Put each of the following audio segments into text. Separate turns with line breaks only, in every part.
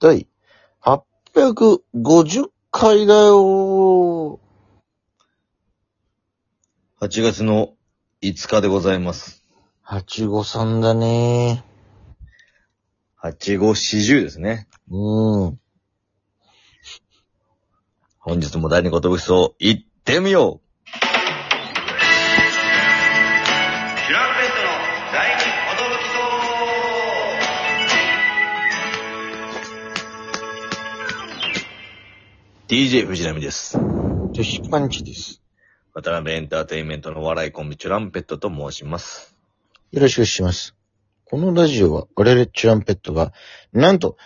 第850回だよ
8月の5日でございます。
八五三だね
8、5、40ですね。
うん。
本日も第二言武士を行ってみようキュランペットの第二言武士 DJ 藤波です。
女子パンチです。
渡辺エンターテインメントのお笑いコンビチュランペットと申します。
よろしくお願いします。このラジオは我々チュランペットが、なんと、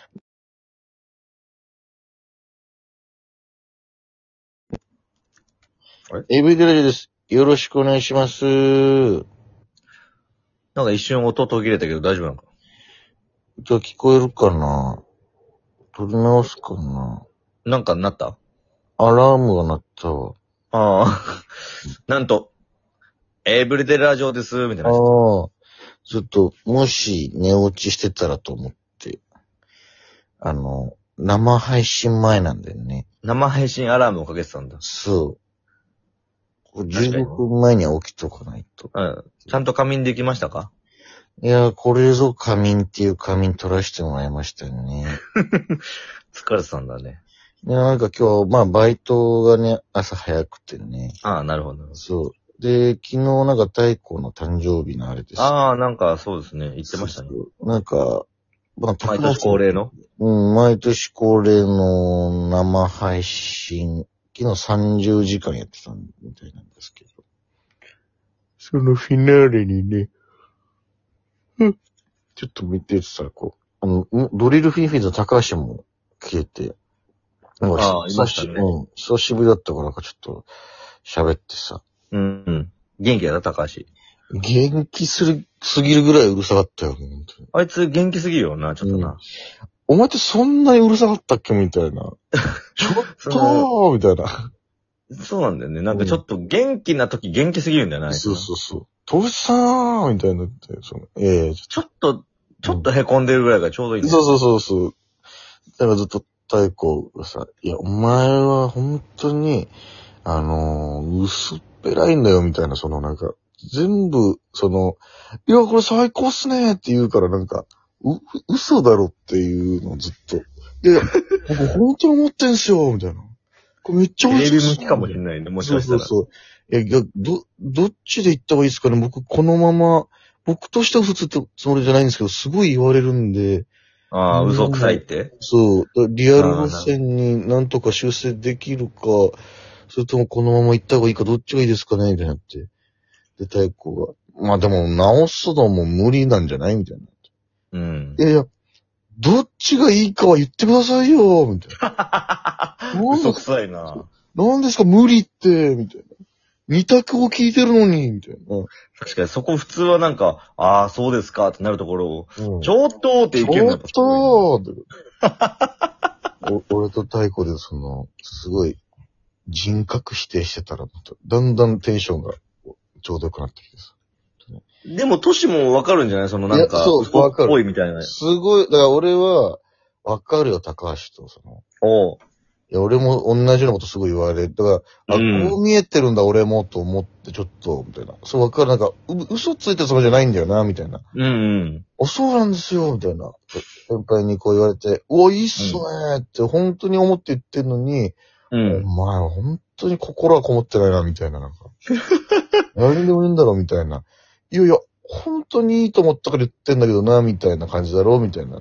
あれ
AV デラジオです。よろしくお願いします。今
なんか一瞬音途切れたけど大丈夫なのか
日聞こえるかな取り直すかな
なんかなった
アラームが鳴ったわ。
ああ。 なんと、エブリデラジオです、みたい
ああ、
な。
ちょっと、もし寝落ちしてたらと思って、あの、生配信前なんだよね。
生配信アラームをかけてたんだ。
そう。こう
確かに
15分前には起きとかないと。
うん。ちゃんと仮眠できましたか
いやー、これぞ仮眠っていう仮眠取らせてもらいましたよね。
疲れてたんだね。
いやなんか今日、まあ、バイトがね、朝早くてね。
ああ、なるほど。なるほど
そう。で、昨日なんか太鼓の誕生日のあれです。
ああ、なんかそうですね。言ってましたね
そ。うそう。なんか、まあ、
毎年恒例の。
うん、毎年恒例の生配信、昨日30時間やってたみたいなんですけど。そのフィナーレにね、うんちょっと見ててたらこう、あの、んドリルフィンフィンの高橋も消えて、なんか
ああい
久
ました
し,、
ね
うん、久しぶりだったからなんかちょっと喋ってさ、
うん。うん。元気だった、高橋。
元気する、すぎるぐらいうるさかったよね、本当に。
あいつ元気すぎるよな、ちょっと
うん
な。
お前ってそんなにうるさかったっけみたいな。ちょっとーみたいな。
そうなんだよね。なんかちょっと元気な時元気すぎるんだよな、あいつ
そ
な
うそうそう。トルさーんみたいになって、その、ええ
ちょっと、ちょっと凹んでるぐらいがちょうどいいね。
そうそうそうそう。だからずっと太鼓がさ、いや、お前は本当に、あのー、薄っぺらいんだよ、みたいな、そのなんか、全部、その、いや、これ最高っすねーって言うから、なんか、う、嘘だろっていうのをずっと。で、僕本当に思ってんすよ、みたいな。これめっちゃ
テ
美味
レ
し
ビ
いっすね
向きかもしれないね、もしかしたら。
そうそうそう。え、いや、ど、どっちで行った方がいいですかね僕、このまま、僕としては普通ってつもりじゃないんですけど、すごい言われるんで、
ああ、嘘くさいって。
そう、リアル路線になんとか修正できるか、それともこのまま行った方がいいか、どっちがいいですかねみたいになって。で、太鼓が、まあでも、直すのも無理なんじゃないみたいな。
うん
い。やいや、どっちがいいかは言ってくださいよみたい な。なんだ
嘘くさいな。
なんですか無理って、みたいな。二択を聞いてるのに、みたいな。
確かにそこ普通はなんか、ああ、そうですかってなるところを、
うん
ちょっとーっていけるのやっぱす
ち
ごいね
ょっと お俺と太鼓でその、すごい人格否定してたら、だんだんテンションがちょうど良くなってきてさ。
でも、都市もわかるんじゃないそのなん
いや
か、
そう
嘘っ
わかる
ぽいみたいな。
すごい、だから俺は、わかるよ、高橋と、その。
おう
いや、俺も同じようなことすごい言われる。だから、あ、
うん
こう見えてるんだ、俺も、と思って、ちょっと、みたいな。そう、わかる。なんか、う嘘ついてるつもりじゃないんだよな、みたいな。
うんうん。
あ、そうなんですよ、みたいな。先輩にこう言われて、うわ、いいっすねーって、本当に思って言ってんのに、
うん。
お前、本当に心はこもってないな、みたい な、なんか。何でもいいんだろ、みたいな。いやいや、本当にいいと思ったから言ってんだけどな、みたいな感じだろ、みたいな。い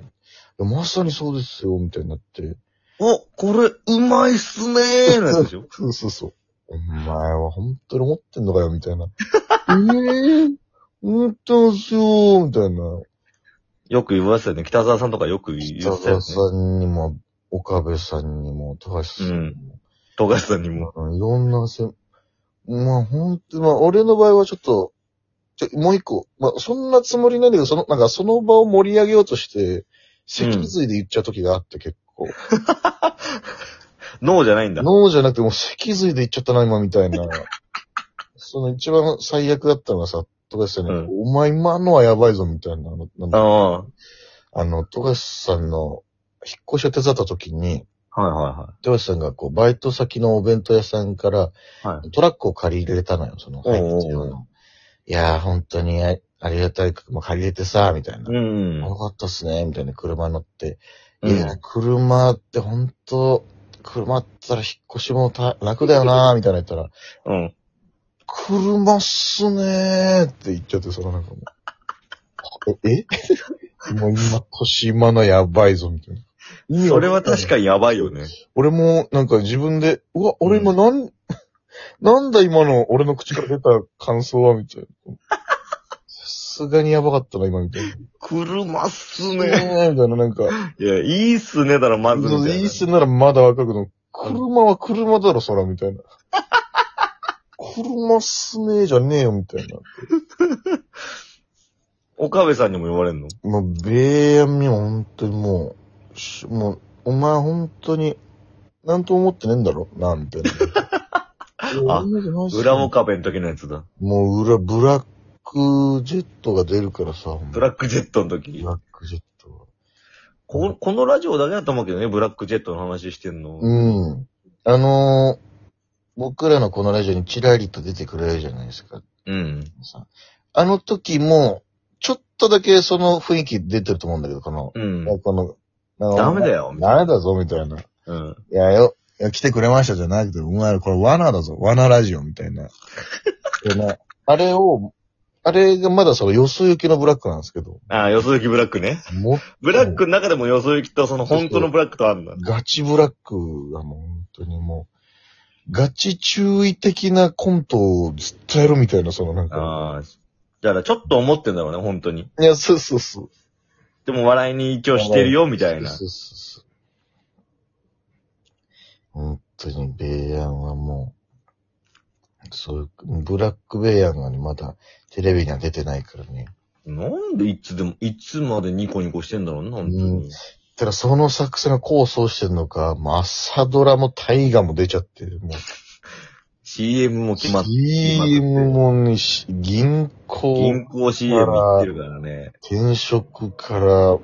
やまさにそうですよ、みたいになって。
お、これ、うまいっすねーのやつでしょ
そうそうそう。お前は本当に思ってんのかよ、みたいな。えぇ、ー、本当ですよ、みたいな。
よく言わせたよね。北沢さんとかよく言
北
ってたよ
沢
ね。
さんにも、岡部さんにも、高橋さんにも、
富樫さんにも。
うんいろんなせ、まあ本当まあ俺の場合はちょっと、ちょもう一個、まあそんなつもりないんだけど、その、なんかその場を盛り上げようとして、脊髄で言っちゃう時があって結構。
ノーじゃないんだ。
脳じゃなくてもう脊髄で言っちゃったな、今みたいな。 その一番最悪だったのがさ、富樫さんに、
うん
お前今のはやばいぞ、みたいな。あのなんだ
ああ。
あの、富樫さんの引っ越しを手伝った時に、
はいは
手橋さんがこう、バイト先のお弁当屋さんから、
いはい。はい。
トラックを借り入れたのよ、その配達用
おうおうお
の。いやー、本当にあありがたい、まあ、借りれてさ、みたいな。
うん。
よかったっすね、みたいな車乗って。
うん
いや、車って本当車あったら引っ越しもた楽だよ な、みたいな言ったら、
うん。
車っすねーって言っちゃって、そのなんかも う。ええ もう今、年今のやばいぞ、みたいな。
それは確かにやばいよね。
俺も、なんか自分で、うわ、俺今なん、なんだ今の俺の口から出た感想は、みたいな。さすがにやばかったな、今、みたいな。
車っす
ね
ね。
ーみたいな、なんか。
いや、いいっすねだろ、まずみた
そ
な。
ういいっすねならまだわかるけど、車は車だろ、そら、みたいな。車っすねーじゃねえよ、みたいな。
岡部さんにも言われんの
もう、ベーヤンにも本当にもう、しもう、お前本当に、なんとも思ってねえんだろな、みたいな。
あ
俺じゃないっすよ
裏岡部の時のやつだ。
もう裏、ブラックジェットが出るからさ、ほんま
ブラックジェットの
ブ
時。
ラックジェット
ここのラジオだけだと思うけどね、ブラックジェットの話してんの。
が。うん。あのー、僕らのこのラジオにチラリと出てくれるじゃないですか。
うん。
さあの時も、ちょっとだけその雰囲気出てると思うんだけど、この、
うん。
この、なんか
ダメだよみたい
ダメだぞ、みたいな。い
うん。
やよ、いや来てくれましたじゃなくて、お前らこれ罠だぞ、罠ラジオみたい な。でね、あれを、あれがまだその予想行きのブラックなんですけど、
ああ、よそ行きブラックね。
もう
ブラックの中でもよそ行きとその本当のブラックとあるんだ。
ガチブラックがもう本当にもう、ガチ注意的なコントをずっとやるみたいな、そのなんか。
ああ。だからちょっと思ってんだろうね、本当に。
いや、そうそうそう。
でも笑いに一応してるよ、みたいな。
そうそうそう本当に、ベイヤンはもう、そういう、ブラックベイヤンがね、まだテレビには出てないからね。
なんでいつでも、いつまでニコニコしてんだろうな、本当に。
ただその作戦が構想してるのか、もう朝ドラも大河も出ちゃって、もう、
CM も決まって、
CM もね、し銀行、
銀行 CM 行ってるからね。
転職から、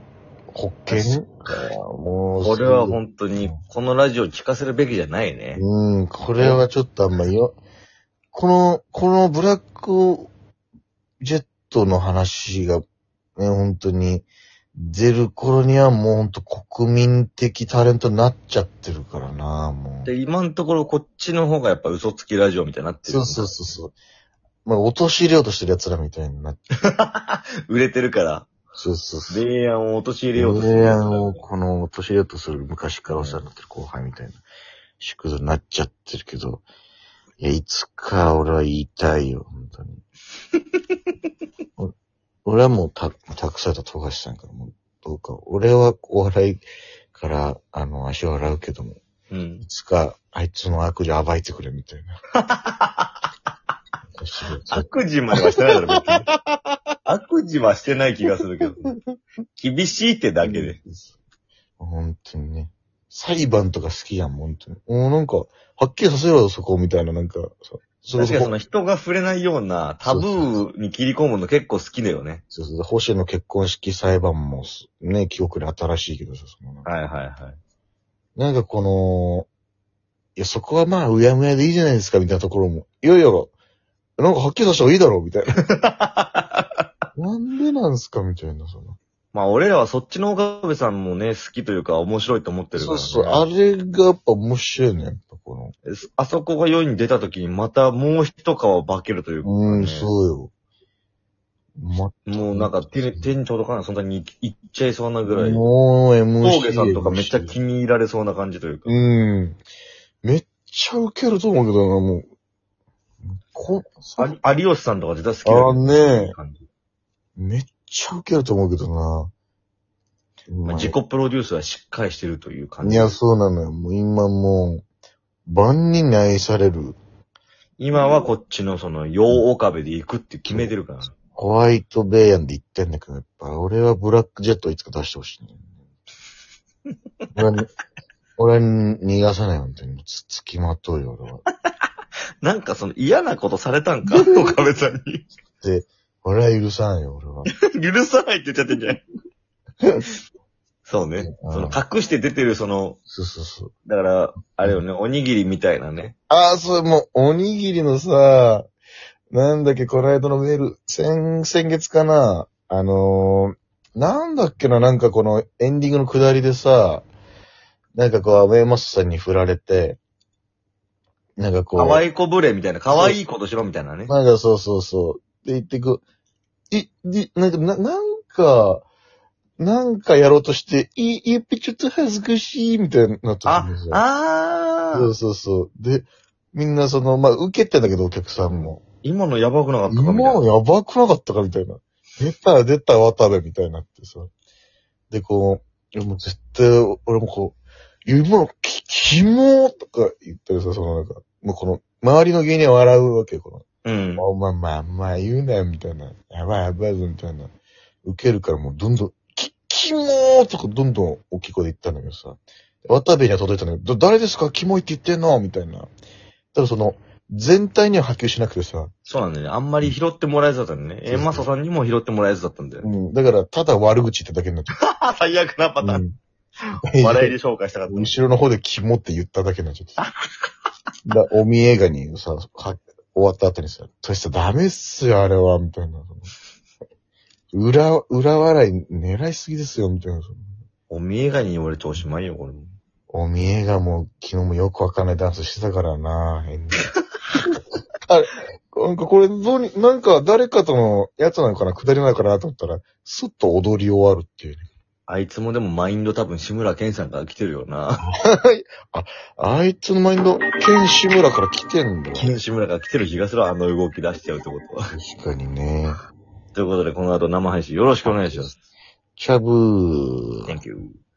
保険から、もう、
これは本当に、このラジオ聞かせるべきじゃないね。
うん、これはちょっとあんまよ、この、このブラックジェットの話が、ね、本当に、出る頃にはもう本当国民的タレントになっちゃってるからな、もう。
で、今のところこっちの方がやっぱ嘘つきラジオみたいになってる
そう
よね。
そうそうそう。まあ、落とし入れようとしてる奴らみたいになって。
売れてるから、
そうそうそう。
霊安を陥れようと
俺あの、この、落とし入れとする昔からお世話になってる後輩みたいな、宿題になっちゃってるけど、いや、いつか俺は言いたいよ、本当に。 お俺はもうた、託された富樫さんからもう、どうか、俺はお笑いから、あの、足を洗うけども、
うん
い。つか、あいつの悪事暴いてくれ、みたいな。 落とし入れと
悪事まではしてないだろ、別に。悪事はしてない気がするけど。厳しいってだけで。。
本当にね。裁判とか好きやん、本当に。もうなんか、はっきりさせろよ、そこ、みたいな、なんか、そそこそ
確かにそ
こ
の、人が触れないようなタブーに切り込むの結構好きだよね。
そうそう星の結婚式裁判もす、ね、記憶に新しいけどさ、そのなんか
はいはいはい。
なんかこの、いや、そこはまあ、うやむやでいいじゃないですか、みたいなところも、いやいや、なんかはっきりさせた方がいいだろう、みたいな。 なんでなんすか、みたいな、その。
まあ俺らはそっちの岡部さんもね、好きというか面白いと思ってるか
そ
ら、
う
ね。
そう、あれがやっぱ面白いね、やっぱこの。
あそこが世に出た時にまたもう一皮化けるというか、
うん、そうよ。ま
もうなんか手に手に届かない、そんなにいっちゃいそうなぐらい。
もう MC。
峠さんとかめっちゃ気に入られそうな感じというか。
うん。めっちゃウケると思うけどな、もう。こ、
あ
さ
有吉さんとか絶対好きだ
あ
よ
ー
ね。
ね
感じ
めっちゃウケると思うけどな。
まあ、自己プロデュースはしっかりしてるという感
い
じ。
や、そうなのよ。もう今もう、万人に愛される、
今はこっちのその、洋岡部で行くって決めてるから。
ホワイトベイヤンで言ってんだけど、やっぱ俺はブラックジェットをいつか出してほしいね、 俺はね、俺は逃がさない、本当に。つ、つきまとうよ、俺は。
なんかその嫌なことされたんか 岡部さんに。
俺は許さないよ、俺は。
許さないって言っちゃってんじゃん。そうね。
うん
その隠して出てる、その、
そうそうそう。
だから、あれよね、おにぎりみたいなね。
ああ、それもう、おにぎりのさ、なんだっけ、この間のメール、先、先月かな、あのーなんだっけな、なんかこのエンディングの下りでさ、なんかこう、アベマスさんに振られて、なんかこう、
かわいい子ぶれみたいな、かわいいことしろみたいなね。
なんかそうそうそう。で、言ってく、い、い、なんか、な、なんか、なんかやろうとして、い、いっぺちょっと恥ずかしい、みたいになった
あ
んです、よ。
あ
そう
ー、
そうそう。で、みんなその、まあ、受けてんだけど、お客さんも。
今のやばくなかったかみたい
今
な。
やばくなかったか、みたいな。出た、出た、渡部、みたいになってさ。で、こう、いやもう絶対、俺もこう、いや今の、き、 キモとか言ってさ、そのなんか、もうこの、周りの芸人は笑うわけよ、この。
うん。
お前、まあまあ言うなよ、みたいな。やばいやばいぞ、みたいな。受けるからもうどんどん、き、キモーとかどんどん大きい声で言ったんだけどさ。渡部には届いたんだけど、ど誰ですかキモいって言ってんのみたいな。ただその、全体には波及しなくてさ。
そうなんだよね。あんまり拾ってもらえずだったんだね。
そう
え、マサさんにも拾ってもらえずだったんだよ
う
ね。
ん。だから、ただ悪口言っただけになっちゃっ
あー最悪なパ
た。
ターン。
うん
笑いで紹介したかった。
後ろの方でキモって言っただけになっちゃってさ。だおみ映画にさ、は終わった後にさ、トシさんダメっすよ、あれは、みたいな。裏、裏笑い狙いすぎですよ、みたいな。
お見えがに俺とおしまいよ、これも。
おみ映画も昨日もよくわかんないダンスしてたからな、変に。あれ、なんかこれどうに、なんか誰かとのやつなのかな、下りなのかなと思ったら、すっと踊り終わるっていうね。
あいつもでもマインド多分志村けんさんから来てるよな。
あいつのマインド、ケンシムラから来てんだよ。
志村から来てる気がする、あの動き出しちゃうってことは。
確かにね。
ということで、この後生配信よろしくお願いします。
チャブー。
Thank you.